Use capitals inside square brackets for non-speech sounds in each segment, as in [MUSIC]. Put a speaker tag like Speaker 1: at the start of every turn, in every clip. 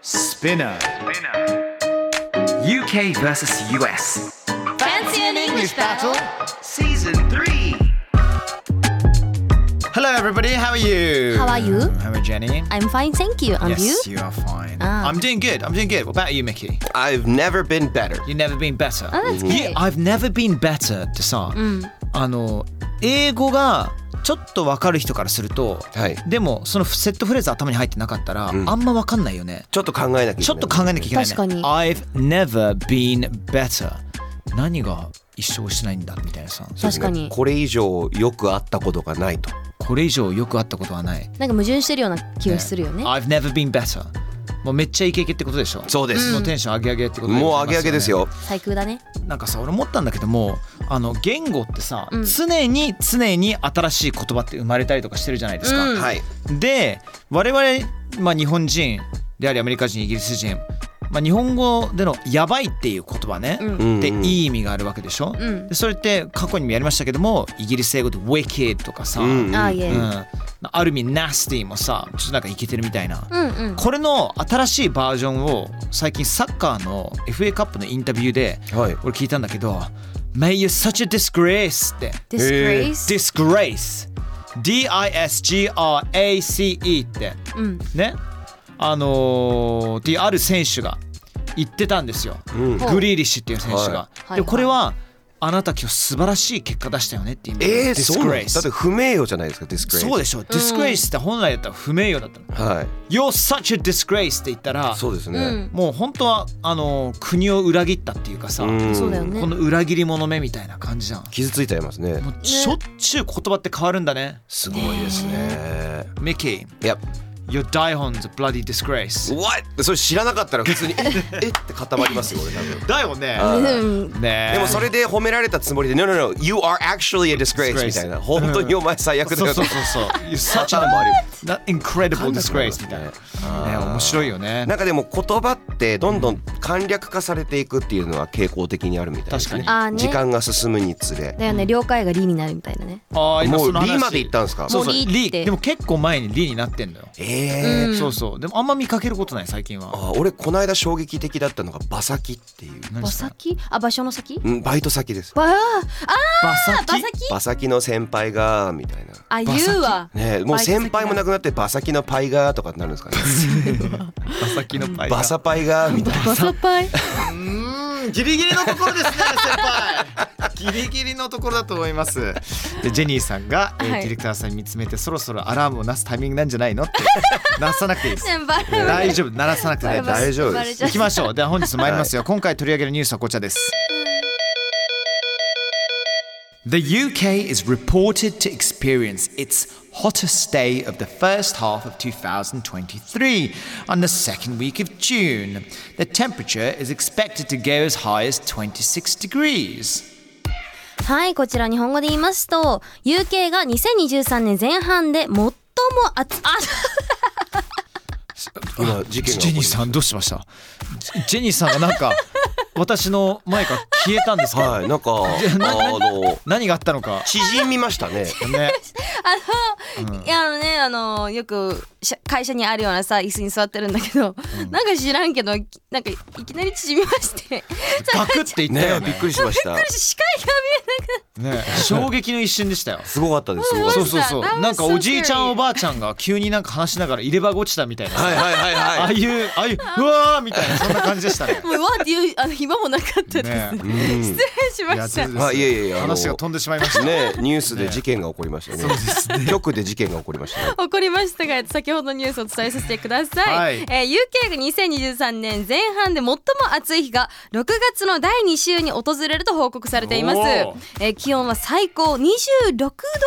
Speaker 1: Spinner.
Speaker 2: UK versus US.
Speaker 3: Fancy an English battle
Speaker 2: Season 3.
Speaker 1: Hello, everybody. How are you?
Speaker 4: How are you?
Speaker 1: How are Jenny?
Speaker 4: I'm fine, thank you. And
Speaker 1: yes, you? are fine.
Speaker 4: Ah.
Speaker 1: I'm doing good. I'm doing good. What about you, Mickey?
Speaker 5: I've never been better.
Speaker 1: You've never been better.
Speaker 4: あ、that's
Speaker 1: You-
Speaker 4: great.
Speaker 1: I've never been better ってさ、
Speaker 4: ん
Speaker 1: あの英語がちょっとわかる人からすると、
Speaker 5: はい
Speaker 1: でもそのセットフレーズ頭に入ってなかったら、あんまわかんないよね。
Speaker 5: ちょっと考えなきゃいけない。
Speaker 1: ちょっと考えなきゃいけないね。
Speaker 4: 確かに
Speaker 1: I've never been better。何が一生してないんだみたいなさ。
Speaker 5: そうですね
Speaker 4: 確かに
Speaker 5: これ以上よくあったことがないと。
Speaker 1: これ以上よくあったことはない。
Speaker 4: なんか矛盾してるような気がするよね。
Speaker 1: I've never been better。もうめっちゃイケイケってことでしょ。
Speaker 5: そうです
Speaker 1: もうテンション上げ上げってこと
Speaker 5: もう上げ上げです。よ。
Speaker 4: 最高だね。
Speaker 1: なんかさ俺思ったんだけどもあの言語ってさ、
Speaker 4: うん
Speaker 1: 常に常に新しい言葉って生まれたりとかしてるじゃないですか。
Speaker 4: うん
Speaker 5: はい。
Speaker 1: で我々、まあ、日本人でありアメリカ人イギリス人、まあ、日本語での「やばい」っていう言葉ね、
Speaker 4: うん
Speaker 5: うんうん
Speaker 1: っていい意味があるわけでしょ。
Speaker 4: うん
Speaker 1: でそれって過去にもやりましたけどもイギリス英語で「wicked」とかさ、
Speaker 5: うん
Speaker 4: あ、いえ。
Speaker 1: う
Speaker 4: うん
Speaker 1: んある意味「nasty」もさちょっとなんかイケてるみたいな。
Speaker 4: うん。
Speaker 1: これの新しいバージョンを最近サッカーの FA カップのインタビューで
Speaker 5: はい。
Speaker 1: 俺聞いたんだけど「May you such a disgrace」って「
Speaker 4: disgrace。
Speaker 1: disgrace」D-I-S-G-R-A-C-E って
Speaker 4: うん。
Speaker 1: ねあのーっていうある選手が言ってたんですよ、
Speaker 5: うん
Speaker 1: グリーリッシュっていう選手が
Speaker 5: は、
Speaker 4: いはい
Speaker 1: でこれはあなた今日素晴らしい結果出したよねっていう意味
Speaker 5: え
Speaker 1: で
Speaker 5: ー、そうなん
Speaker 1: disgrace
Speaker 5: だって不名誉じゃないですか、ディスクレイ。
Speaker 1: そうでしょ disgrace って本来だったら不名誉だったの
Speaker 5: は
Speaker 1: You're such a disgrace って言ったら
Speaker 5: い。そうです
Speaker 4: う
Speaker 5: ね。
Speaker 4: ん。
Speaker 1: もう本当はあの国を裏切ったっていうかさ、
Speaker 5: ん
Speaker 4: そうだよね
Speaker 1: こ。の裏切り者目みたいな感じじゃん
Speaker 5: 傷ついちゃいますね
Speaker 1: も。うしょっちゅう言葉って変わるんだね
Speaker 5: すごいですね。
Speaker 1: ミッキー
Speaker 5: いや、
Speaker 1: Your dihon's bloody disgrace
Speaker 5: what? それ知らなかったら普通に [LAUGHS] ええって固まりますよ、俺多分。
Speaker 1: だよね
Speaker 4: うん。
Speaker 1: ねえ
Speaker 5: でもそれで褒められたつもりで、no no no, you are actually a disgrace
Speaker 1: Disgrace
Speaker 5: みたいな。本当にお前最悪だ
Speaker 1: そう
Speaker 5: よ
Speaker 1: そ
Speaker 5: と
Speaker 1: う。そう
Speaker 5: [LAUGHS]
Speaker 1: そう You're such
Speaker 5: パターンもある
Speaker 1: an incredible disgrace みたいな、ねえ、面白いよね
Speaker 5: なんかでも言葉ってどんどん簡略化されていくっていうのは傾向的にあるみたいですね
Speaker 1: 確
Speaker 4: かにあーね
Speaker 5: 時間が進むにつれ
Speaker 4: だよね、了解が理になるみたいなね。
Speaker 1: あー今
Speaker 5: も
Speaker 1: そうの話
Speaker 5: リーまで行ったんですか
Speaker 1: そうそう
Speaker 4: もうリー
Speaker 1: リ
Speaker 4: って
Speaker 1: ーでも結構前にリーになってんのよ、
Speaker 5: ええ
Speaker 4: うん
Speaker 1: そうそうでもあんま見かけることない最近は
Speaker 5: あ俺この間衝撃的だったのが馬先っていう、
Speaker 1: 何
Speaker 4: 場
Speaker 1: それ
Speaker 4: 先あ、場所の先
Speaker 5: うん、バイト先です
Speaker 4: ばあー、
Speaker 1: 馬
Speaker 4: あ場
Speaker 1: 先
Speaker 4: 先
Speaker 5: 馬先の先輩がみたいな
Speaker 4: あ、言うわ。
Speaker 5: ねえもう先輩もなくなって馬先のパイがとかになるんですかね
Speaker 1: 馬先のパイが
Speaker 5: 馬サ [LAUGHS] パイがみたい [LAUGHS] な
Speaker 4: バサパイ。
Speaker 1: ギリギリのところですね先輩ギリギリのところだと思いますでジェニーさんが、えー
Speaker 4: はい
Speaker 1: ディレクターさんに見つめてそろそろアラームを鳴すタイミングなんじゃないのって鳴さなくていい
Speaker 4: [LAUGHS]
Speaker 1: です
Speaker 4: 先輩。
Speaker 1: 大丈夫鳴らさなくて大丈夫です
Speaker 5: 大丈夫です
Speaker 4: バレちゃ
Speaker 1: [LAUGHS] 行
Speaker 4: う
Speaker 1: きましょうでは本日参りますよ、今回取り上げるニュースはこちらです The UK is reported to experience its hottest day of the first half of 2023 on the second week of June. The temperature is expected to go as high as 26 degrees.
Speaker 4: はい、こちら日本語で言いますと、UK が2023年前半で最も暑、あ、
Speaker 5: 今事件が起こり
Speaker 1: さんどうしましたジェニーさんがなん [LAUGHS] か私の前から消えたんで
Speaker 5: [LAUGHS]
Speaker 1: す
Speaker 5: はいなんかあの
Speaker 1: 何があったのか。
Speaker 5: 縮みま [LAUGHS] したね
Speaker 1: ね、
Speaker 4: いやあのねあのよくしゃ会社にあるようなさ椅子に座ってるんだけど、なんか知らんけどきなんかいきなり縮みまして
Speaker 1: ガクって言った
Speaker 5: ね
Speaker 1: よ
Speaker 5: え
Speaker 1: ね
Speaker 5: びっくりしました
Speaker 4: 視界が
Speaker 1: ね、衝撃の一瞬でしたよ。
Speaker 5: [LAUGHS] すごかったですすごかっ
Speaker 1: そ
Speaker 5: た
Speaker 1: う
Speaker 5: です
Speaker 1: そうそう
Speaker 4: That was
Speaker 1: なんか
Speaker 4: so
Speaker 1: おじいちゃ
Speaker 4: scary.
Speaker 1: んおばあちゃんが急になんか話しながら入れ歯が落ちたみたい
Speaker 5: [LAUGHS]
Speaker 1: な、
Speaker 5: はいはいはい
Speaker 1: あ
Speaker 5: は
Speaker 1: あ
Speaker 5: い
Speaker 1: いうああいううわーみたいなそんな感じでしたね。
Speaker 4: 見えなくなもうわーっていうあの暇もなかったです、
Speaker 1: ね
Speaker 5: うん
Speaker 4: 失 [LAUGHS] 礼しました
Speaker 1: い
Speaker 4: ね
Speaker 1: や
Speaker 5: あいえいえいえあの
Speaker 1: 話が飛んでしまいました。
Speaker 5: ねニュースで事件が起こりましたね。局で事件が起こりましたね。
Speaker 4: 起こりましたが先ほどのニュースをお伝えさせてください、
Speaker 1: はい
Speaker 4: えー UK が2023年前半で最も暑い日が6月の第2週に訪れると報告されています
Speaker 1: おー、
Speaker 4: えー気温は最高26度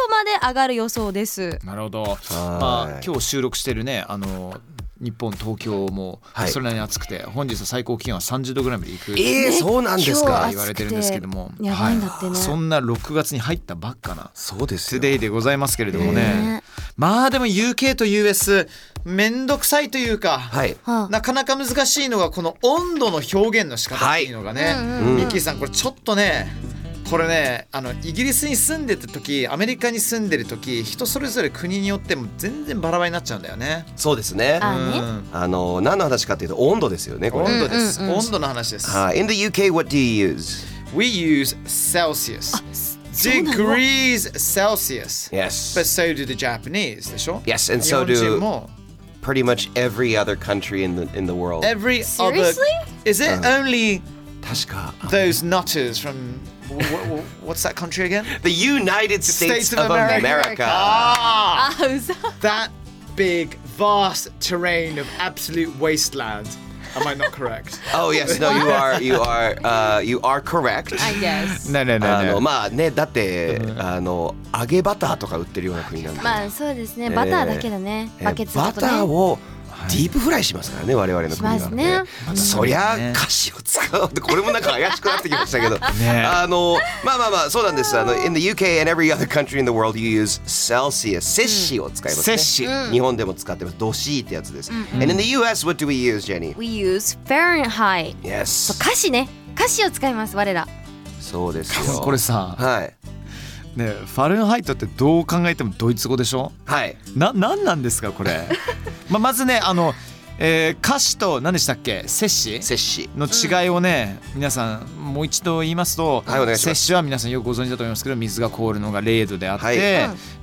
Speaker 4: まで上がる予想です
Speaker 1: なるほど。ま
Speaker 5: は
Speaker 1: あ
Speaker 5: い
Speaker 1: 今日収録してるねあの日本東京も
Speaker 5: はい
Speaker 1: それなりに暑くて、本日は最高気温は30度ぐらいまでいく
Speaker 5: ええそうなんです
Speaker 4: 今日
Speaker 5: か
Speaker 4: は
Speaker 1: 言われてるんですけども
Speaker 4: 暑くてやばいんだってね
Speaker 1: そんな6月に入ったばっかな
Speaker 5: そうです
Speaker 1: トゥ
Speaker 5: よ
Speaker 1: デイでございますけれどもね
Speaker 4: ね、
Speaker 1: まあでも UK と US めんどくさいというか、
Speaker 5: はい
Speaker 4: はあ
Speaker 1: なかなか難しいのがこの温度の表現の仕方っていうのがね、
Speaker 5: うん
Speaker 1: ミッキーさんこれちょっとねこれねあのイギリスに住んでた時アメリカに住んでる時人それぞれ国によっても全然バラバラになっちゃうんだよね。
Speaker 5: そうですね
Speaker 4: あ
Speaker 1: う
Speaker 4: ね
Speaker 1: ん
Speaker 5: あの何の話かというと温度ですよねこれ
Speaker 1: 温度です、
Speaker 4: うんうんうん
Speaker 1: 温度の話です。
Speaker 5: はい In the UK what do you use?
Speaker 1: We use Celsius
Speaker 4: そうなの
Speaker 1: degrees Celsius
Speaker 5: Yes
Speaker 1: but so do the Japanese でしょ
Speaker 5: Yes, and so do-
Speaker 1: 日本人も
Speaker 5: pretty much every other country in the in the world
Speaker 1: Every other
Speaker 4: Seriously?
Speaker 1: Is it only
Speaker 5: 確か
Speaker 1: those nutters from wh- wh- wh- what's that country again?
Speaker 5: The United States,
Speaker 1: States of
Speaker 5: of America,
Speaker 1: America. Ah,
Speaker 4: あうざ
Speaker 1: that big, vast terrain of absolute wasteland. Am I not correct?
Speaker 5: Oh yes no you are you are、uh, you are correct
Speaker 4: I guess
Speaker 1: [LAUGHS] no, no,
Speaker 5: あのまあねだって、あの揚げバターとか売ってるような国なんで、
Speaker 4: まあそうですねバターだけだね
Speaker 5: えー
Speaker 4: バケツご
Speaker 5: バタ
Speaker 4: とね
Speaker 5: ーをディープフライしますからね我々の国
Speaker 4: し
Speaker 5: は
Speaker 4: ますね
Speaker 5: ねそりゃ
Speaker 1: ね
Speaker 5: 歌詞を使うってこれもなんか怪しくなってきまし
Speaker 4: [LAUGHS]
Speaker 5: たけど、
Speaker 1: ね
Speaker 5: あのまあまあまあそうなんですあの In the UK and every other country in the world you use Celsius 摂氏を使いますね、
Speaker 1: 氏
Speaker 5: 日本でも使ってますドシーってやつです、And in the US what do we use Jenny?
Speaker 4: We use Fahrenheit
Speaker 5: Yes
Speaker 4: 歌詞ね歌詞を使います我ら
Speaker 5: そうですよ
Speaker 1: これさ、
Speaker 5: はい
Speaker 1: ねえ、ファレンハイトってどう考えてもドイツ語でしょ
Speaker 5: はい
Speaker 1: な、なんなんですかこれままずね、あの、えー、歌詞と何でしたっけ摂氏
Speaker 5: 摂氏
Speaker 1: の違いをね、皆さんもう一度言いますと、
Speaker 5: はいお願いします
Speaker 1: 摂氏は皆さんよくご存知だと思いますけど水が凍るのが0度であって、
Speaker 5: はい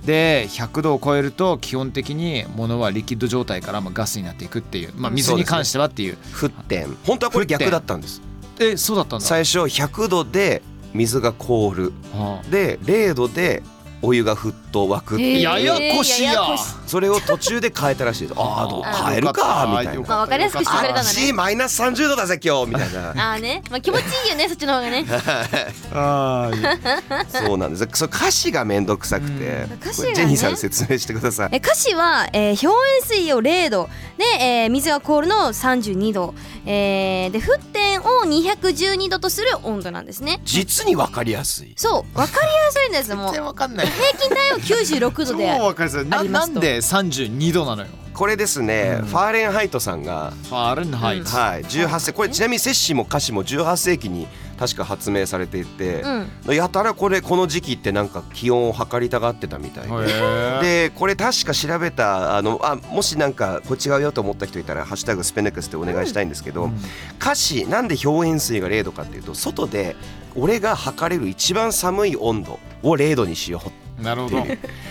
Speaker 1: で100度を超えると基本的に物はリキッド状態からまあガスになっていくっていう、まあ、水に関してはっていう
Speaker 5: 沸点本当はこれ逆だったんです
Speaker 1: えそうだったんだ、
Speaker 5: 最初100度で水が凍る
Speaker 1: はあ
Speaker 5: で0度でお湯が沸騰沸くっていう
Speaker 4: えー
Speaker 1: ややこしいや
Speaker 4: ややこしい
Speaker 5: それを途中で変えたらしいです [LAUGHS] ああどう
Speaker 4: あー
Speaker 5: 変えるかみたい
Speaker 1: よ
Speaker 5: な
Speaker 4: まあわかりやすくしてくれたのね
Speaker 5: しマイナス30度だぜ今日みたい
Speaker 4: [LAUGHS]
Speaker 5: な
Speaker 4: ああねまあ気持ちいいよねそっちの方がね [LAUGHS]
Speaker 1: あー
Speaker 5: そうなんですそれ歌詞が面倒くさく
Speaker 4: ん
Speaker 5: て
Speaker 4: 歌詞が
Speaker 5: こ
Speaker 4: ね
Speaker 5: れジェニーさん説明してください
Speaker 4: え歌詞は、えー氷塩水を0度で、えー水が凍るのを32度、えーで沸点を212度とする温度なんですね
Speaker 5: 実にわかりやすい
Speaker 4: そう分かりやすいんですも
Speaker 1: [LAUGHS] 全
Speaker 4: う
Speaker 1: 然わかんない
Speaker 4: 平均体温96
Speaker 1: 超
Speaker 4: 度で
Speaker 1: わかりづら
Speaker 4: あ
Speaker 1: い
Speaker 4: り
Speaker 1: な
Speaker 4: ま
Speaker 1: な
Speaker 4: す
Speaker 1: ん
Speaker 4: と
Speaker 1: で32度なのよ
Speaker 5: これですね、ファーレンハイトさんが
Speaker 1: ファレンハイト、
Speaker 5: はい、18世これちなみに摂氏も歌詞も18世紀に確か発明されていて、やたらこれこの時期ってなんか気温を測りたがってたみたいで。
Speaker 1: へえ
Speaker 5: でこれ確か調べたあのあもしなんかこれ違うよと思った人いたら「ハッシュタグスペネクス」でお願いしたいんですけど、歌詞なんで氷塩水が0度かっていうと外で俺が測れる一番寒い温度を0度にしよ
Speaker 1: なる
Speaker 5: [LAUGHS]
Speaker 1: ほど
Speaker 5: う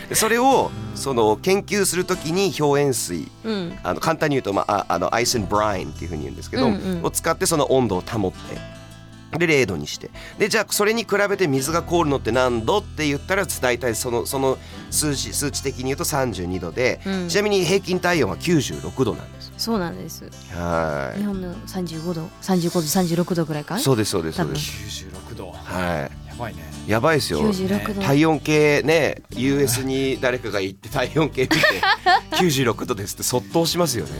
Speaker 5: でそれをその研究するときに氷塩水
Speaker 4: うん
Speaker 5: あの簡単に言うと、まあ、ああのアイスブラインっていうふうに言うんですけ
Speaker 4: う
Speaker 5: ど、
Speaker 4: んうん
Speaker 5: を使ってその温度を保ってで0度にしてでじゃあそれに比べて水が凍るのって何度って言ったら大体そのその数字数値的に言うと32度で、
Speaker 4: うん
Speaker 5: ちなみに平均体温は96度なんです。
Speaker 4: そうなんです
Speaker 5: は
Speaker 4: 日本の35度35度36度ぐらいか
Speaker 5: い。そうですそうですそうです。
Speaker 1: 96度
Speaker 5: は
Speaker 1: やばいね
Speaker 5: い。やばいですよ。
Speaker 4: 96度、
Speaker 5: 体温計ね US に誰かが行って体温計
Speaker 4: [LAUGHS]
Speaker 5: 見て96度ですってそっと押しますよね。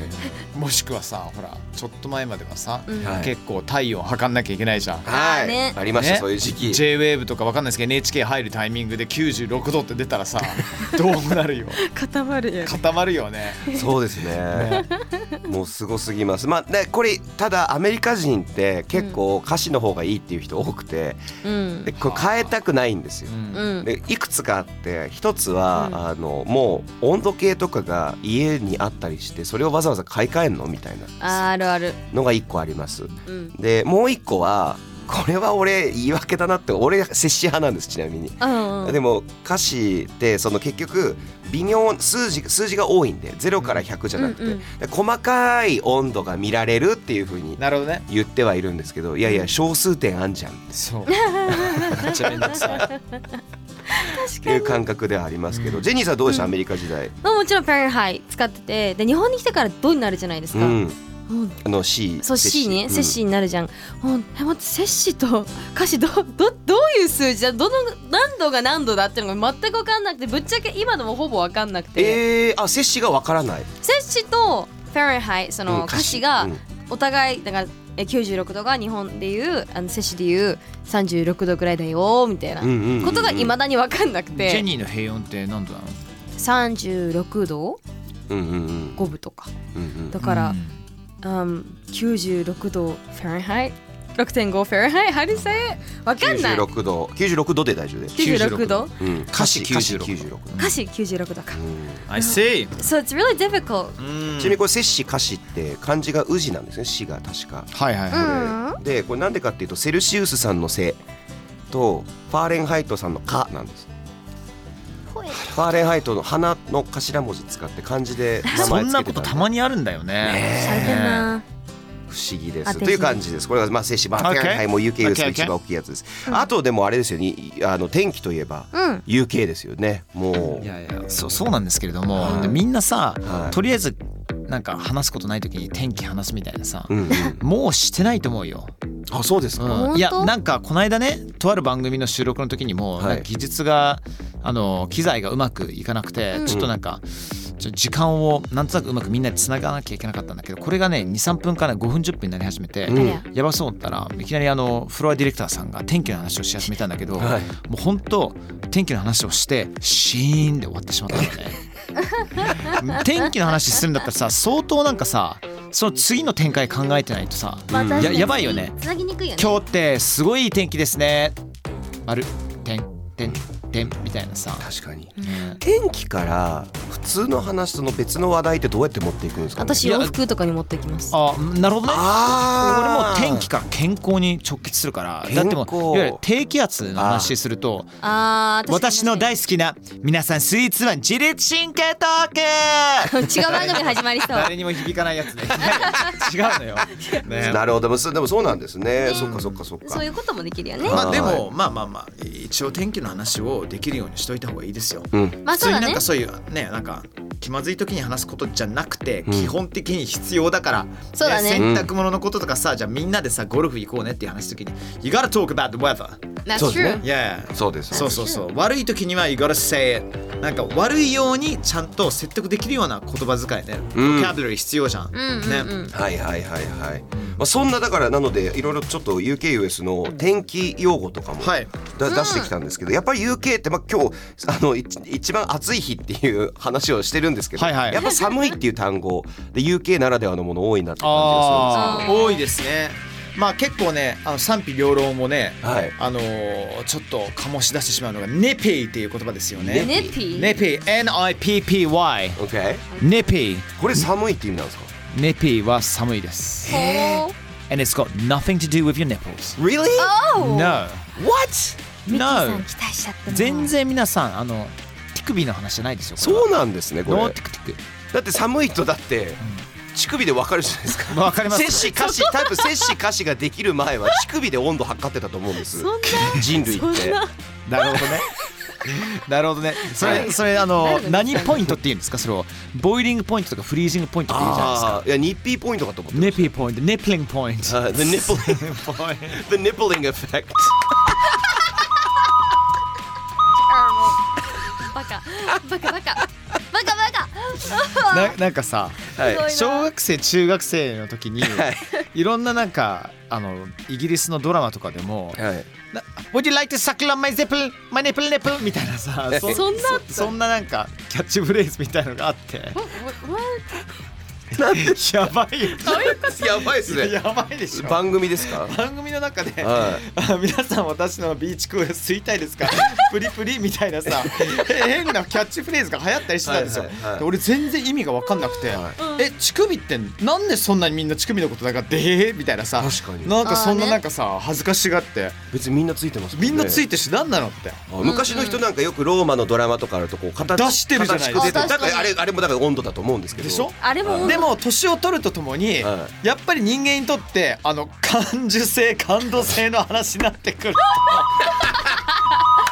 Speaker 1: もしくはさほらちょっと前まではさ、
Speaker 5: はい
Speaker 1: 結構体温測んなきゃいけないじゃん。
Speaker 5: は
Speaker 4: あー
Speaker 5: い。
Speaker 4: ね
Speaker 5: ありました、
Speaker 1: ね
Speaker 5: そういう時期。
Speaker 1: JWAVE とかわかんないですけど NHK 入るタイミングで96度って出たら [LAUGHS] さどうなるよ
Speaker 4: 固まるや
Speaker 1: 固まるよね。
Speaker 5: そうですね。もうすごすぎます。まあ、ね、これ、ただアメリカ人って結構歌詞の方がいいっていう人多くて。
Speaker 4: うん
Speaker 5: で、これ変えたくないんですよ
Speaker 1: う。ん
Speaker 4: うん
Speaker 5: でいくつかあって一つは、あのもう温度計とかが家にあったりしてそれをわざわざ買い替えんのみたいな
Speaker 4: あるある
Speaker 5: のが一個あります
Speaker 4: うん
Speaker 5: でもう一個はこれは俺言い訳だなって俺摂氏派なんですちなみに
Speaker 4: うん [LAUGHS] うん
Speaker 5: でも歌詞ってその結局微妙数字数字が多いんで0から100じゃなくて、
Speaker 4: うんうん
Speaker 5: で細かい温度が見られるっていう風に
Speaker 1: なるほどね。
Speaker 5: 言ってはいるんですけどいやいや小数点あんじゃんっ
Speaker 1: そう。めっちゃめんどくさい。
Speaker 5: ていう感覚ではありますけど、ジェニーさんどうでした、アメリカ時代、
Speaker 4: まあもちろんフェンハイ使っててで日本に来てからどうになるじゃないです
Speaker 5: う
Speaker 4: か、
Speaker 5: ん、
Speaker 4: もう
Speaker 5: あの C
Speaker 4: そう C ね、摂氏になるじゃん。ほんえ待って摂氏と歌詞どどどう [LAUGHS] いう数字だどの何度が何度だっていうのが全く分かんなくてぶっちゃけ今でもほぼ分かんなくて、
Speaker 5: えー、あ摂氏がわからない
Speaker 4: 摂氏とフ Fahrenheit そ
Speaker 5: うん
Speaker 4: の
Speaker 5: 歌
Speaker 4: 歌
Speaker 5: 詞
Speaker 4: 詞が
Speaker 5: うん
Speaker 4: お互いだからえ96度が日本でいうあの摂氏でいう36度ぐらいだよみたいな
Speaker 5: うんうんうんうん
Speaker 4: ことがいまだに分かんなく
Speaker 1: ジェ
Speaker 4: て
Speaker 1: ニーの平穏って何度なの
Speaker 4: 36度
Speaker 5: うんうんうん
Speaker 4: 5分とか
Speaker 5: うんうん
Speaker 4: だから
Speaker 1: うん、
Speaker 4: um, 96度 Fahrenheit 6.5 Fahrenheit how do you say it? 分かんない
Speaker 5: 96度96度で大丈夫です、
Speaker 4: 96
Speaker 1: 96
Speaker 4: 度
Speaker 1: 度
Speaker 5: うん、
Speaker 1: 歌詞
Speaker 5: 歌詞96
Speaker 1: 96
Speaker 5: 度、
Speaker 4: 歌詞96度か
Speaker 5: うん
Speaker 1: I see、
Speaker 4: So it's really difficult
Speaker 5: ちなみにこれ摂氏歌詞って漢字が宇治なんですね氏が確か
Speaker 1: はいはいはい、
Speaker 5: でこれなんでかっていうとセルシウスさんの「せ」とファーレンハイトさんの「か」なんですファーレンハイトの花の頭文字使って漢字で名
Speaker 1: そ
Speaker 5: 前
Speaker 1: ん
Speaker 5: つけ
Speaker 1: な
Speaker 5: て
Speaker 1: こ
Speaker 5: た
Speaker 1: と
Speaker 5: んで
Speaker 1: たまにあるんだよね
Speaker 4: 大変な
Speaker 5: 不思議で
Speaker 4: あ
Speaker 5: す
Speaker 4: 手品
Speaker 5: という感じですこれがまあ摂氏まあ
Speaker 1: Okay
Speaker 5: ファーレンハイも UK より
Speaker 1: Okay, okay
Speaker 5: 一番大きいやつですあとでもあれですよねいあの天気といえば
Speaker 4: うん
Speaker 5: UK ですよねもう
Speaker 1: いやいやそうそうなんですけれども、
Speaker 5: はい
Speaker 1: でみんなさ、
Speaker 5: はい
Speaker 1: とりあえずなんか話すことない時に天気話すみたいなさ、
Speaker 5: うんうん
Speaker 1: もうしてないと思うよ、
Speaker 5: あそうですか
Speaker 1: う
Speaker 4: 本
Speaker 1: ん、
Speaker 4: 当
Speaker 1: いやなんかこの間ねとある番組の収録の時にも、
Speaker 5: はい
Speaker 1: なんか技術があの機材がうまくいかなくて、ちょっとなんかちょ時間をなんとなくうまくみんなでつながなきゃいけなかったんだけどこれがね23分から5分10分になり始めて、
Speaker 5: うん
Speaker 4: や
Speaker 1: やばそうだったらいきなりあのフロアディレクターさんが天気の話をし始めたんだけど、
Speaker 5: はい
Speaker 1: もう本当天気の話をしてシーンで終わってしまったのね天気の話するんだったらさ相当なんかさその次の展開考えてないとさ、
Speaker 4: まあ確か
Speaker 1: や
Speaker 4: に
Speaker 1: やばいよね
Speaker 4: つなぎにくいよね
Speaker 1: 今日ってすごいいい天気ですね丸点点点みたいなさ、
Speaker 5: 確かに
Speaker 1: ね
Speaker 5: 天気から普通の話との別の話題ってどうやって持っていくんですかね
Speaker 4: 私洋服とかに持ってきます
Speaker 1: あなるほどね
Speaker 5: あー
Speaker 1: 俺も天気から健康に直結するからだっても
Speaker 5: 健康
Speaker 1: ういわゆる低気圧の話すると
Speaker 4: あー確かに
Speaker 1: 私の大好きな皆さんスイーツは自律神経トーク
Speaker 4: 違う番組始まり
Speaker 1: [LAUGHS]
Speaker 4: そう
Speaker 1: 誰にも響かないやつね [LAUGHS] 違う
Speaker 5: [LAUGHS]
Speaker 1: のよ、ね
Speaker 5: なるほどでもそでもそうなんですね、そっかそっかそっか
Speaker 4: そういうこともできるよね
Speaker 1: まあでもまあまあまあ一応天気の話をできるようにしといた方がいいですよ
Speaker 5: うん
Speaker 4: まあ
Speaker 1: 普
Speaker 4: そ
Speaker 1: 通
Speaker 4: う
Speaker 1: に
Speaker 4: だ
Speaker 1: なん
Speaker 4: ね
Speaker 1: かそういうねなんか気まずい時に話すことじゃなくて、
Speaker 5: ん
Speaker 1: 基本的に必要だから
Speaker 4: そうだね
Speaker 1: 洗濯物のこととかさじゃあみんなでさゴルフ行こうねっていう話す時に「You gotta talk about the weather」
Speaker 4: That's
Speaker 5: そうです
Speaker 4: true
Speaker 5: ね
Speaker 1: Yeah
Speaker 5: そうです
Speaker 1: そうそうそう悪い時には「You gotta say it」なんか悪いようにちゃんと説得できるような言葉遣いね、
Speaker 5: うん
Speaker 1: ボキャブラリー必要じゃん、
Speaker 4: うんうんうん
Speaker 5: はいはいはいはい、まあ、そんなだからなのでいろいろちょっと UKUS の天気用語とかも、
Speaker 1: はい
Speaker 5: だ出してきたんですけどやっぱり UK ってまあ今日あのい一番暑い日っていう話をしてるんですけど、
Speaker 1: はいはい
Speaker 5: やっぱ寒いっていう単語で UK ならではのもの多いなって感じが
Speaker 1: ああ多いですねまあ結構ねあの賛否両論もね、
Speaker 5: はい
Speaker 1: あのーちょっと醸し出してしまうのが「ネピー」っていう言葉ですよね
Speaker 4: ネピ
Speaker 1: ネピ NIPPY
Speaker 5: するんですよ。OK
Speaker 1: ネピ
Speaker 5: これ寒いって意味なんですか
Speaker 1: ネピは寒いです
Speaker 4: ほー
Speaker 1: And it's got nothing to do with your nipples
Speaker 5: Really?
Speaker 1: No
Speaker 5: What?
Speaker 4: ミッキーさ
Speaker 1: No
Speaker 4: ん期待しちゃったな
Speaker 1: 全然皆さんあの手首の話じゃないですよこれは
Speaker 5: そうなんですねこれ。
Speaker 1: ノーティクティ
Speaker 5: だって寒いとだって乳首でわかるじゃないですか。
Speaker 1: [LAUGHS] クわかります
Speaker 5: 摂氏歌詞多分摂氏歌詞ができる前は乳首で温度測ってたと思うんです
Speaker 4: そんな
Speaker 5: 人類って
Speaker 1: なるほどねなるほどねそれ、
Speaker 5: はい
Speaker 1: それあの
Speaker 4: 誰が
Speaker 1: 何ポイントって言うんですかそれをボイリングポイントとかフリージングポイントって言うじゃないですか
Speaker 5: ああいやニッピーポイントかと思って
Speaker 1: ネピーポイントネプリングポイント
Speaker 5: あ The nippling [LAUGHS] The nippling effect
Speaker 4: バカバカバカバカバカ
Speaker 1: ななんかさ
Speaker 5: はい
Speaker 4: すごい
Speaker 1: 小学生中学生の時に、い、ろんななんかあのイギリスのドラマとかでも
Speaker 5: はい
Speaker 1: 「な Would you like to suckle on my zipple my nipple nipple」みたいなさ
Speaker 5: え
Speaker 4: そんなあった
Speaker 1: そんななんかキャッチフレーズみたいのがあってやばいよ
Speaker 5: やばいですね
Speaker 1: やばいでしょ
Speaker 5: 番組ですか
Speaker 1: 番組の中で、
Speaker 5: は
Speaker 1: あ皆さん私のビーチクール吸いたいで
Speaker 5: [LAUGHS]
Speaker 1: すかプリプリみたいなさ変なキャッチフレーズが流行ったりしてたんですよ、
Speaker 5: はいはいはい
Speaker 1: で俺全然意味が分かんなくて、
Speaker 5: は
Speaker 1: え乳首ってなんでそんなにみんな乳首のことだからでへへみたいなさ
Speaker 5: 確かに
Speaker 1: なんかそ
Speaker 4: あ
Speaker 1: ん
Speaker 4: ー
Speaker 1: な
Speaker 4: ね
Speaker 1: なんかさ、恥ずかしがって
Speaker 5: 別にみんなついてますもね
Speaker 1: みんなついてるし何なのって
Speaker 5: あ昔の人なんかよくローマのドラマとかあるとこう形
Speaker 1: 出してるじゃないです
Speaker 4: か
Speaker 5: 形出てるだから
Speaker 4: あ確か
Speaker 5: あ
Speaker 4: に
Speaker 5: れあれもだから温度だと思うんですけど
Speaker 1: でしょ
Speaker 4: あれも
Speaker 1: でも年を取るとともに、
Speaker 5: は
Speaker 1: やっぱり人間にとってあの感受性感度性の話になってくる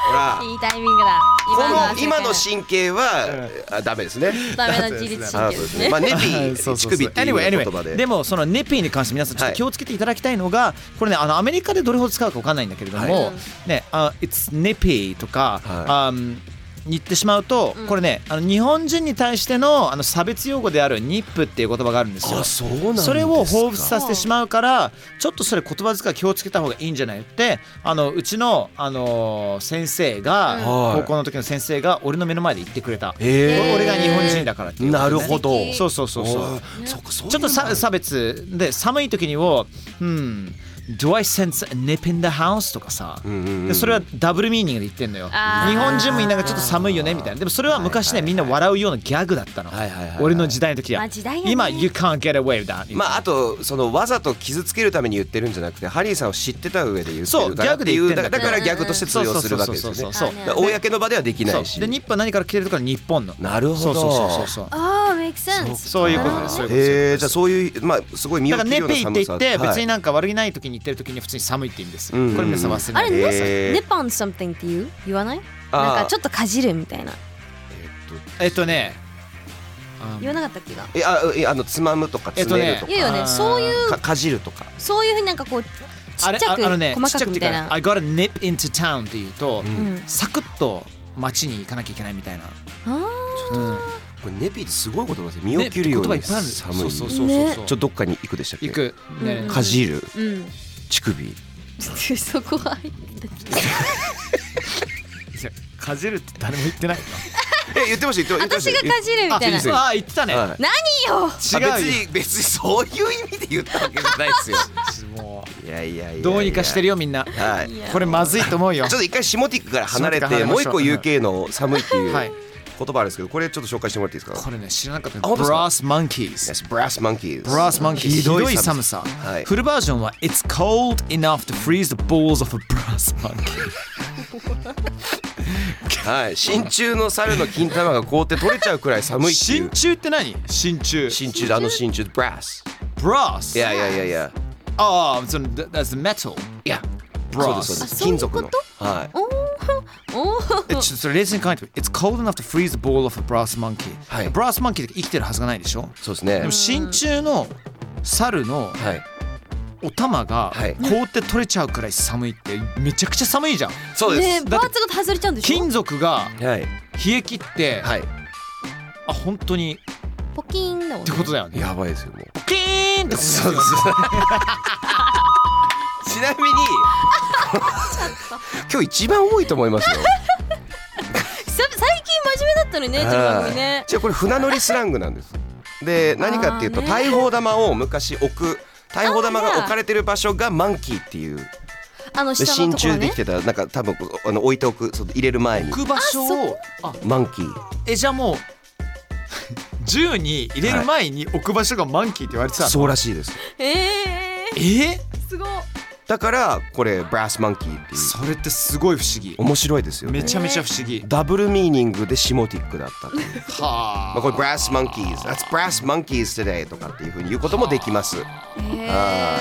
Speaker 5: ほら
Speaker 4: いいタイミングだ
Speaker 5: こ
Speaker 4: 今のは
Speaker 5: の今の神経はあダメですね
Speaker 4: ダメな自律
Speaker 5: あ
Speaker 4: 神
Speaker 5: そ
Speaker 4: 経
Speaker 5: う
Speaker 4: で
Speaker 5: で
Speaker 4: すす
Speaker 5: ね
Speaker 4: ね
Speaker 5: まあネピ
Speaker 1: そう
Speaker 5: ー乳
Speaker 1: そうそう
Speaker 5: 首っていう
Speaker 1: Anyway,
Speaker 5: 言
Speaker 1: anyway
Speaker 5: 葉で
Speaker 1: でもそのネピーに関して皆さんちょっと気をつけていただきたいのが、これねあのアメリカでどれほど使うかわかんないんだけれども、
Speaker 5: はい
Speaker 4: うん
Speaker 1: ねあ It's nippy とか、
Speaker 5: は
Speaker 1: あん言ってしまうと、
Speaker 4: うん
Speaker 1: これねあの日本人に対してのあの差別用語であるニップっていう言葉があるんですよ。
Speaker 5: そうなんですか
Speaker 1: それを彷彿させてしまうからちょっとそれ言葉遣い気をつけた方がいいんじゃないってあのうちの、あのー先生が、
Speaker 5: はい
Speaker 1: 高校の時の先生が俺の目の前で言ってくれた、
Speaker 5: え
Speaker 1: 俺が日本人だからっていうこと
Speaker 5: な
Speaker 1: でね
Speaker 5: るほど。
Speaker 1: そうそうそうそう
Speaker 5: おーそっかそういう
Speaker 1: ちょっとさ差別で寒い時にを「うん、Do I sense a nip in the house?」とかさ、
Speaker 5: うんうんうん
Speaker 1: でそれはダブルミーニングで言ってんのよ
Speaker 4: あー
Speaker 1: 日本人もみんながちょっと寒いよねみたいなでもそれは昔ねみんな笑うようなギャグだったの、
Speaker 5: はいはいはいはい
Speaker 1: 俺の時代の時は、
Speaker 4: まあ時代よね
Speaker 1: 今「You can't get away with that」
Speaker 5: まああとそのわざと傷つけるために言ってるんじゃなくてハリーさんを知ってた上で言って
Speaker 1: そ
Speaker 5: る
Speaker 1: う
Speaker 5: から
Speaker 1: ギャグ
Speaker 5: っ
Speaker 1: で
Speaker 5: てい
Speaker 1: 言っ
Speaker 5: う
Speaker 1: てん
Speaker 5: だ
Speaker 1: だ
Speaker 5: か
Speaker 1: からら
Speaker 5: だからギャグとして通用するわけです
Speaker 1: そ
Speaker 5: よ
Speaker 1: うそう
Speaker 5: ね。
Speaker 1: そうそう
Speaker 4: あ
Speaker 5: だから公の場ではできない
Speaker 1: そ
Speaker 5: し
Speaker 1: うで。ニップは何から来てるから日本の
Speaker 5: なるほど
Speaker 1: そうそうそうそう
Speaker 4: ああ、make sense。
Speaker 1: そういうことですそういうことです
Speaker 5: へえじゃあそういうまあすごい身を
Speaker 1: だから
Speaker 5: 切る
Speaker 1: ネ
Speaker 5: よう
Speaker 1: ペ
Speaker 5: な
Speaker 1: イっ
Speaker 5: 寒
Speaker 1: て言
Speaker 5: さ
Speaker 1: って
Speaker 5: はい
Speaker 1: 別になんか悪気ない時に言ってる時に普通に寒いって意味です、
Speaker 5: うんうん
Speaker 1: これ皆さん忘れ
Speaker 4: あ
Speaker 1: ない
Speaker 4: れ、
Speaker 1: で
Speaker 4: ね、
Speaker 5: えー
Speaker 4: ネパン something って言う言わない
Speaker 5: あー
Speaker 4: なんかちょっとかじるみたいな。
Speaker 1: えっとねあ
Speaker 4: 言わなかったっけが。
Speaker 5: えあえあのつまむとか
Speaker 1: えっ
Speaker 5: つ
Speaker 1: と
Speaker 5: ね
Speaker 1: ね
Speaker 5: るとか,、
Speaker 4: 言うよね
Speaker 1: あー
Speaker 4: そういう
Speaker 5: かかじるとか。
Speaker 4: そういうふうになんかこう、ち
Speaker 1: あ
Speaker 4: っ
Speaker 1: れ
Speaker 4: ちゃく、
Speaker 1: ああのね、
Speaker 4: 細かくみたい
Speaker 1: ちっちゃくっていう
Speaker 4: な
Speaker 1: か。I got a nip into town っていうと、
Speaker 4: うん
Speaker 1: サクッと街に行かなきゃいけないみたいな。
Speaker 4: あ
Speaker 1: うん
Speaker 5: これネペイってすごいことなんですよ。身を切るように
Speaker 1: ね言葉いっぱいある
Speaker 5: 寒い。
Speaker 1: そうそう
Speaker 5: ち
Speaker 1: そうそうそ
Speaker 4: ね
Speaker 1: う。
Speaker 5: ょっとどっかに行くでしたっけ。
Speaker 1: 行く。ね
Speaker 4: うん
Speaker 5: かじる
Speaker 4: ーうん。
Speaker 5: 乳首。
Speaker 4: [LAUGHS] そこは入って
Speaker 1: かじるって誰も言
Speaker 4: [LAUGHS]
Speaker 1: ってない。
Speaker 5: え言ってました言ってまし
Speaker 4: 私
Speaker 5: た。
Speaker 4: がかじるみ
Speaker 1: あ、
Speaker 4: たいな。
Speaker 5: ですよ
Speaker 1: あ言ってたね。
Speaker 5: はい
Speaker 4: 何よ
Speaker 1: 違うよ
Speaker 5: あ別に別にそういう意味で言ったわけじゃないですよ
Speaker 1: も
Speaker 5: [LAUGHS] いやいやいやいや
Speaker 1: うどうにかしてる
Speaker 5: よ
Speaker 1: よみんな。
Speaker 5: はい
Speaker 4: いや
Speaker 1: これまずいと思う
Speaker 5: ちょ
Speaker 1: よ
Speaker 5: っ。と一回下ティックから離れ
Speaker 1: 下ティッ
Speaker 5: て
Speaker 1: ク
Speaker 5: もう一個
Speaker 1: 離れましょ
Speaker 5: UK の寒いっていう
Speaker 1: はい
Speaker 5: 言葉あるんですけどこれちょっと紹介してもらっていいですか
Speaker 1: これね知らなかった。
Speaker 5: あ本当ですか
Speaker 1: Brass monkeys。
Speaker 5: Yes, Brass Monkeys
Speaker 1: ブラスマンキーひどい寒さ、
Speaker 5: はい
Speaker 1: フルバージョンは It's cold enough to freeze the balls of a brass monkey [LAUGHS]
Speaker 5: はい真鍮の猿の金玉が凍って取れちゃうくらい寒いってい
Speaker 1: 真
Speaker 5: う
Speaker 1: 鍮って何真鍮
Speaker 5: 真鍮あの真鍮 Brass
Speaker 1: ブラス
Speaker 5: いやいやいやいや
Speaker 1: ああその that's the metal
Speaker 5: いやそうで
Speaker 1: Brass
Speaker 5: すそうです
Speaker 4: あ
Speaker 5: 金属の
Speaker 4: そうい
Speaker 5: はい
Speaker 4: おーおー
Speaker 1: えちょっとそれ冷静に考えてみて It's cold enough to freeze the ball of a brass monkey、
Speaker 5: はい
Speaker 1: ブラスマンキーって生きてるはずがないでしょ
Speaker 5: そうです
Speaker 1: で
Speaker 5: ね
Speaker 1: も真鍮の猿の
Speaker 5: はい
Speaker 1: お玉が
Speaker 5: はい
Speaker 1: 凍って取れちゃうくらい寒いってめちゃくちゃ寒いじゃん
Speaker 5: そうで
Speaker 4: ね
Speaker 5: す
Speaker 4: パーツごと外れちゃうんでしょ
Speaker 1: 金属が
Speaker 5: はい
Speaker 1: 冷え切って、
Speaker 5: はい
Speaker 1: あ本当にっ
Speaker 4: ポキーンだもん
Speaker 1: て
Speaker 4: ね。
Speaker 1: ことだよね
Speaker 5: やばいですよもう
Speaker 1: キーンってことです
Speaker 5: そう
Speaker 1: よ
Speaker 5: ですちなみに [LAUGHS] 今日一番多いと思いますよ。
Speaker 4: さ最近真面目だったのにね、自分にね。
Speaker 5: じゃあこれ船乗りスラングなんです。で何かっていうと
Speaker 4: あーね
Speaker 5: 大砲玉を昔置く大砲玉が置かれてる場所がマンキーっていう
Speaker 4: あの
Speaker 5: で
Speaker 4: 下
Speaker 5: 真
Speaker 4: のところ
Speaker 5: 鍮で
Speaker 4: ね
Speaker 5: き。てたなんか多分こうあの置いておくそう入れる前に
Speaker 1: 置く場所をあ
Speaker 5: マンキー
Speaker 1: えじゃあもう銃に入れる前に置く場所がマンキーって言われてたの、
Speaker 5: そうらしいです。
Speaker 4: え
Speaker 1: えー
Speaker 4: ー、すごい。
Speaker 5: だからこれブラスマンキーっていう
Speaker 1: それってすごい不思議
Speaker 5: 面白いですよ
Speaker 1: め
Speaker 5: ね。
Speaker 1: ちゃめちゃ不思議、
Speaker 5: ダブルミーニングでシモティック
Speaker 4: [LAUGHS]
Speaker 5: だったという。
Speaker 1: は
Speaker 5: まあ、これ brass monkeys that's brass monkeys today とかっていうふうに言うこともできます
Speaker 4: えー、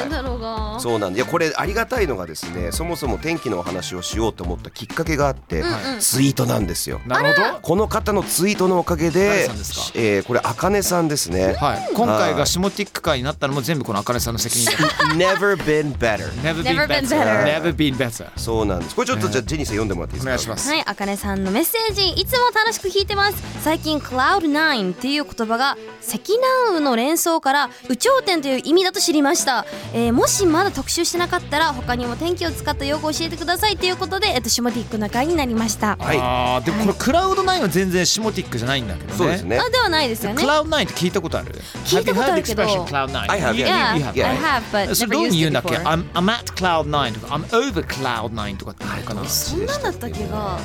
Speaker 5: はい
Speaker 4: なんだろうが。
Speaker 5: そうなんでいやこれありがたいのがですねそもそも天気のお話をしようと思ったきっかけがあって、
Speaker 4: うんうん
Speaker 5: ツイートなんですよ
Speaker 1: なるほ
Speaker 5: この方のツイートのおかげ
Speaker 1: 誰
Speaker 5: で
Speaker 1: さんですか
Speaker 5: えーこれあかねさんですね
Speaker 1: ど、はい、今回が下ティック会になったのも全部このあかねさんの責任
Speaker 5: [LAUGHS]
Speaker 1: だ
Speaker 5: Never been better
Speaker 1: Never
Speaker 4: Never been better
Speaker 1: Never been better
Speaker 5: そうなんですこれちょっとじゃあジェニーさん読んでもらっていい
Speaker 1: お
Speaker 5: ですか
Speaker 1: 願いしますす、
Speaker 4: はい、あかねさんのメッセージいつも楽しく聞いてます最近 Cloud9 っていう言葉が積乱雲の連想から宇頂天という意味だと知りました、えーもしまだ特集してなかったら他にも天気を使った用語を教えてくださいということで、えっと、シモティックな会になりました
Speaker 5: はい
Speaker 1: あーでもこれクラウドナインは全然下ティックじゃないんだけどね
Speaker 5: そうですね
Speaker 4: あではないですよね
Speaker 1: クラウドナインって聞いたことある
Speaker 4: 聞いたことあるけど
Speaker 1: Have you heard the expression cloud nine?
Speaker 5: I have,
Speaker 1: You-
Speaker 4: Yeah,
Speaker 1: you- you
Speaker 4: I
Speaker 5: yeah.
Speaker 4: have but
Speaker 1: そ
Speaker 4: never
Speaker 1: れどういう
Speaker 4: used
Speaker 1: ふうに言うん
Speaker 4: it
Speaker 1: だっけ
Speaker 4: before
Speaker 1: I'm, I'm at cloud nine とか I'm over cloud nine とかって言うのかな
Speaker 4: そんなんだったっけが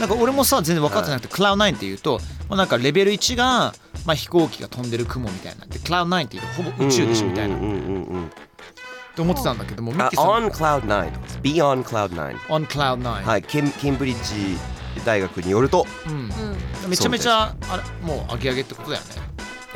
Speaker 1: なんか俺もさ全然分かってなくて、クラウドナインっていうと、まあ、なんかレベル1が、まあ、飛行機が飛んでる雲みたいなでクラウドナインっていうとほぼ宇宙一みたいな、
Speaker 5: うんうんうんうんうん
Speaker 1: って思ってたんだけどもミッ
Speaker 5: あ
Speaker 1: キーさん
Speaker 5: On cloud nine とかです Be on cloud nine
Speaker 1: On Cloud Nine、
Speaker 5: はいケンケンブリッジ大学によると
Speaker 1: うん
Speaker 4: うん
Speaker 1: めちゃめちゃあれもう上げ上げってことだよね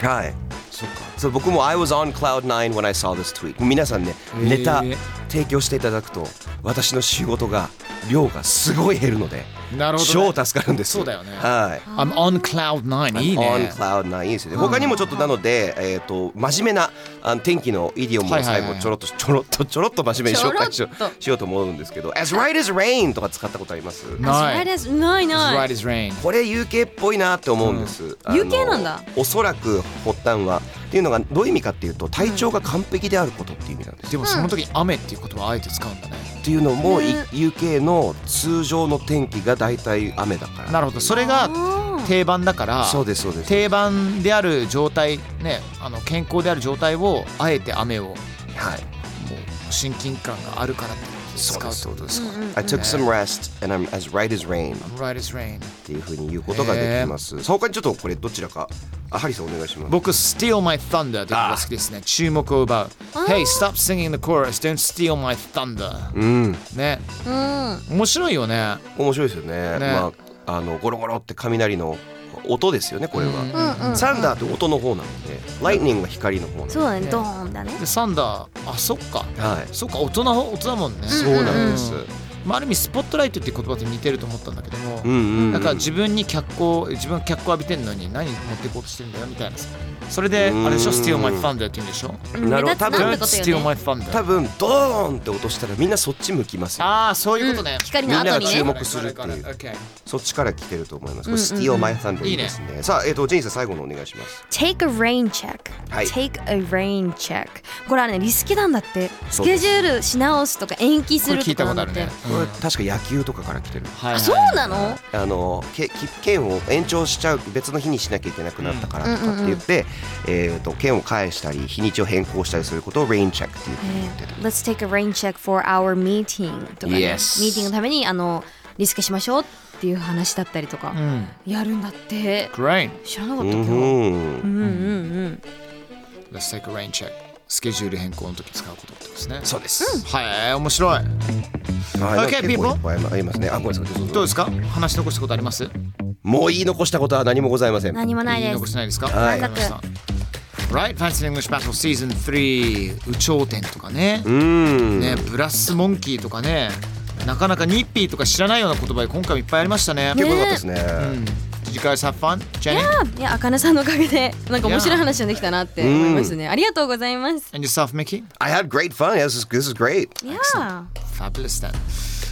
Speaker 5: はい
Speaker 1: そっか
Speaker 5: そう僕も I was on cloud nine when I saw this tweet 皆さんねネタ、
Speaker 1: へー
Speaker 5: 提供していただくと私の仕事が量がすごい減るので
Speaker 1: なるほどね
Speaker 5: 超助かるんです
Speaker 1: そうだよね
Speaker 5: はい
Speaker 1: I'm on cloud nine. いい
Speaker 5: On
Speaker 1: ね。
Speaker 5: cloud nine いいですね他にもちょっとなので、えっ、と真面目なあの天気のイディオムを最
Speaker 1: はいはい
Speaker 5: 後
Speaker 1: はい
Speaker 5: ちょろっとちょろっとちょろっと真面目に紹介しよ
Speaker 4: ちょろっ
Speaker 5: うしようと思うんですけど As right as rain とか使ったことあります
Speaker 1: ない。
Speaker 4: As right as- ない
Speaker 1: As
Speaker 4: な
Speaker 1: right
Speaker 4: い
Speaker 1: as rain.
Speaker 5: これ UK っぽいなって思うんです、あの
Speaker 4: UK なんだ
Speaker 5: おそらく発端はっていうのがどういう意味かっていうと体調が完璧であることっていう意味なんですよ
Speaker 1: でもその時雨っていうことはあえて使うんだね。
Speaker 5: っていうのも、い
Speaker 4: ね
Speaker 5: UK の通常の天気が大体雨だから
Speaker 1: なるほど。それが
Speaker 4: あー
Speaker 1: 定番だから。
Speaker 5: そうですそうです
Speaker 1: 定番である状態ね、あの健康である状態をあえて雨をも
Speaker 5: はい、
Speaker 1: う親近感があるからって使うってことですか。
Speaker 5: I took some rest and I'm as right as rain
Speaker 1: I'm right as rain.
Speaker 5: っていうふうに言うことができます、そ他にちょっとこれどちらかあハリーさんお願いします
Speaker 1: 僕 Steal My Thunder っていうのが好きですね。注目を奪う。Hey, stop singing the chorus. Don't steal my thunder.
Speaker 5: うん
Speaker 1: ね、
Speaker 4: うん
Speaker 1: 面白いよね。
Speaker 5: 面白いですよね
Speaker 1: ね
Speaker 5: まああのゴロゴロって雷の音ですよねこれは、
Speaker 4: うんうん
Speaker 5: サンダーって音の方なので、ライトニングは光の方なので
Speaker 4: そうだねドーンだね
Speaker 1: でサンダーあそっか
Speaker 5: はい
Speaker 1: そっか大人大人だもんね
Speaker 5: そうなんです、
Speaker 1: まあ、ある意味スポットライトっていう言葉と似てると思ったんだけども、
Speaker 5: うんうんうん
Speaker 1: だから自分に脚光自分が脚光浴びてんのに何持っていこうとしてるんだよみたいなさそれで
Speaker 5: うん
Speaker 1: あれでしょ「Steal My Thunder」って言うんでしょ
Speaker 4: うん
Speaker 5: なるほど
Speaker 4: 目立つな
Speaker 5: 多
Speaker 4: っ
Speaker 1: 「
Speaker 4: て
Speaker 5: 分
Speaker 4: ことよ
Speaker 1: Don't
Speaker 4: ね
Speaker 1: Steal My Thunder
Speaker 5: 多分ドーンって落としたらみんなそっち向きますよ
Speaker 1: ああそういうことね、
Speaker 4: うん光の後にね
Speaker 5: みんなが注目するっていう
Speaker 1: これこれ OK
Speaker 5: そっちから来てると思います、
Speaker 4: うんうん
Speaker 5: スティオマイサンダーいいですねさあえっ、とジェニーさん最後のお願いします
Speaker 4: Take a rain check、
Speaker 5: はい
Speaker 4: Take a rain check これはねリスケなんだってス
Speaker 5: そうで
Speaker 4: ケ
Speaker 5: す
Speaker 4: ジュールし直すとか延期す
Speaker 1: これ
Speaker 4: る
Speaker 1: 聞
Speaker 4: と
Speaker 1: いた
Speaker 4: かな
Speaker 1: こ
Speaker 4: ん
Speaker 1: と
Speaker 4: だ
Speaker 1: あ
Speaker 4: っ
Speaker 1: る
Speaker 4: て
Speaker 1: ね、
Speaker 5: これ確か野球とかから来てる
Speaker 1: はいはい
Speaker 4: あそうなの
Speaker 5: あのけ券を延長しちゃう別の日にしなきゃいけなくなったからとかって言って、えー、と券を返したり日にちを変更したりすることをレインチェックっていうふうに言ってた
Speaker 4: Let's take a rain check for our meeting とか、ね、
Speaker 5: Yes
Speaker 4: ミーティングのためにあのリスケしましょうっていう話だったりとか、
Speaker 1: うん
Speaker 4: やるんだって
Speaker 1: Great
Speaker 4: 知らなかっ
Speaker 5: う
Speaker 4: た今日、うん
Speaker 5: ん
Speaker 4: うんうん
Speaker 1: Let's take a rain check スケジュール変更の時使うことってことですね
Speaker 5: そうです、
Speaker 1: はい面白い
Speaker 5: はい
Speaker 1: Okay,
Speaker 5: 結構いっぱいありますねあごめんなさいどうぞ
Speaker 1: どうですか話し残したことあります
Speaker 5: もう言い残したことは何もございません
Speaker 4: 何もない
Speaker 1: 言い
Speaker 4: で
Speaker 1: 残し
Speaker 4: す
Speaker 1: ないですか
Speaker 5: はい
Speaker 1: わかりました Right, Fancy English Battle Season 3有頂天とかね,、
Speaker 5: うん
Speaker 1: ねブラスモンキーとかねなかなかニッピーとか知らないような言葉で今回もいっぱいありましたね
Speaker 5: 結構良かったですね、
Speaker 1: うん、Did you guys have fun? Jenny?
Speaker 4: いやあかねさんのおかげでなんか面白い話ができたなって思いますね、ありがとうございます、
Speaker 1: And yourself, Mickey?
Speaker 5: I had great fun this is, this is great
Speaker 4: yeah
Speaker 1: Fabulous then.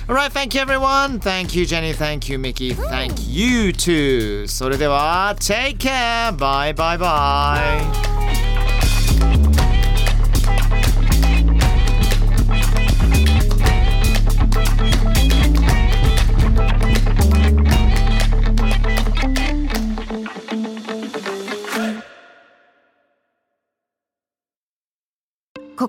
Speaker 1: All right, thank you everyone. Thank you, Jenny. Thank you, Mickey. Thank you too. それでは、Take care. Bye, bye, bye.
Speaker 3: Podcast こ